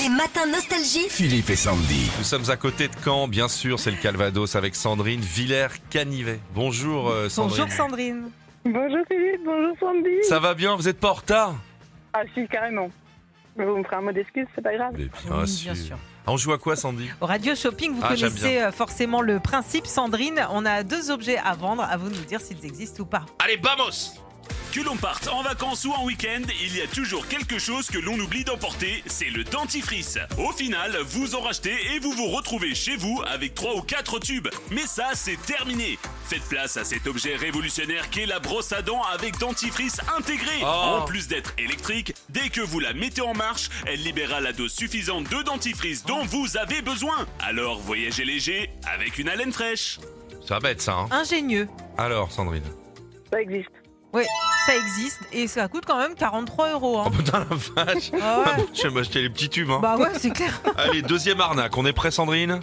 Les matins nostalgie. Philippe et Sandy. Nous sommes à côté de Caen, bien sûr, c'est le Calvados avec Sandrine Villers-Canivet. Bonjour euh, Sandrine. Bonjour Sandrine. Bonjour Philippe, bonjour Sandy. Ça va bien, vous êtes pas en retard Ah si, carrément. Vous me ferez un mot d'excuse, c'est pas grave. Mais Oui, bien sûr. Ah, On joue à quoi Sandy Au Radio Shopping, vous Ah, j'aime connaissez euh, forcément le principe. Sandrine, on a deux objets à vendre. À vous de nous dire s'ils existent ou pas. Allez, vamos Que l'on parte hein. en vacances ou en week-end, il y a toujours quelque chose que l'on oublie d'emporter, c'est le dentifrice. Au final, vous en rachetez et vous vous retrouvez chez vous avec 3 ou 4 tubes. Mais ça, c'est terminé. Faites place à cet objet révolutionnaire qu'est la brosse à dents avec dentifrice intégré. Oh. En plus d'être électrique, dès que vous la mettez en marche, elle libérera la dose suffisante de dentifrice dont vous avez besoin. Alors voyagez léger avec une haleine fraîche. Ça va bête ça, hein Ingénieux. Alors Sandrine. Ça existe. Oui, ça existe et ça coûte quand même 43 euros. hein. Oh putain la vache Ah ouais. Je vais m'acheter les petits tubes, hein. Bah ouais, c'est clair. Allez, deuxième arnaque, on est prêt Sandrine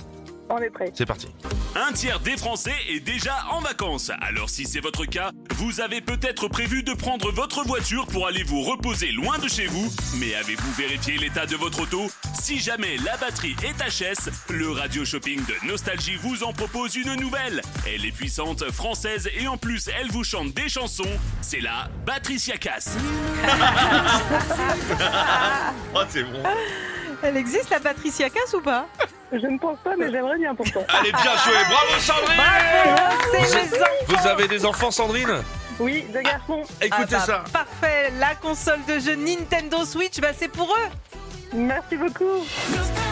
On est prêt. C'est parti. Un tiers des Français est déjà en vacances. Alors si c'est votre cas, vous avez peut-être prévu de prendre votre voiture pour aller vous reposer loin de chez vous. Mais avez-vous vérifié l'état de votre auto Si jamais la batterie est HS, le radio shopping de Nostalgie vous en propose une nouvelle. Elle est puissante, française et en plus elle vous chante des chansons. C'est la Patricia Cass. Oh c'est bon Elle existe la Patricia Cass ou pas Je ne pense pas, mais j'aimerais bien pourtant. Allez, bien joué, bravo Sandrine Ah. Bravo, c'est Vous- les enfants. Vous avez des enfants Sandrine Oui, deux garçons. Écoutez Ah bah, ça Parfait, la console de jeu Nintendo Switch, bah c'est pour eux. Merci beaucoup. Nostalgie.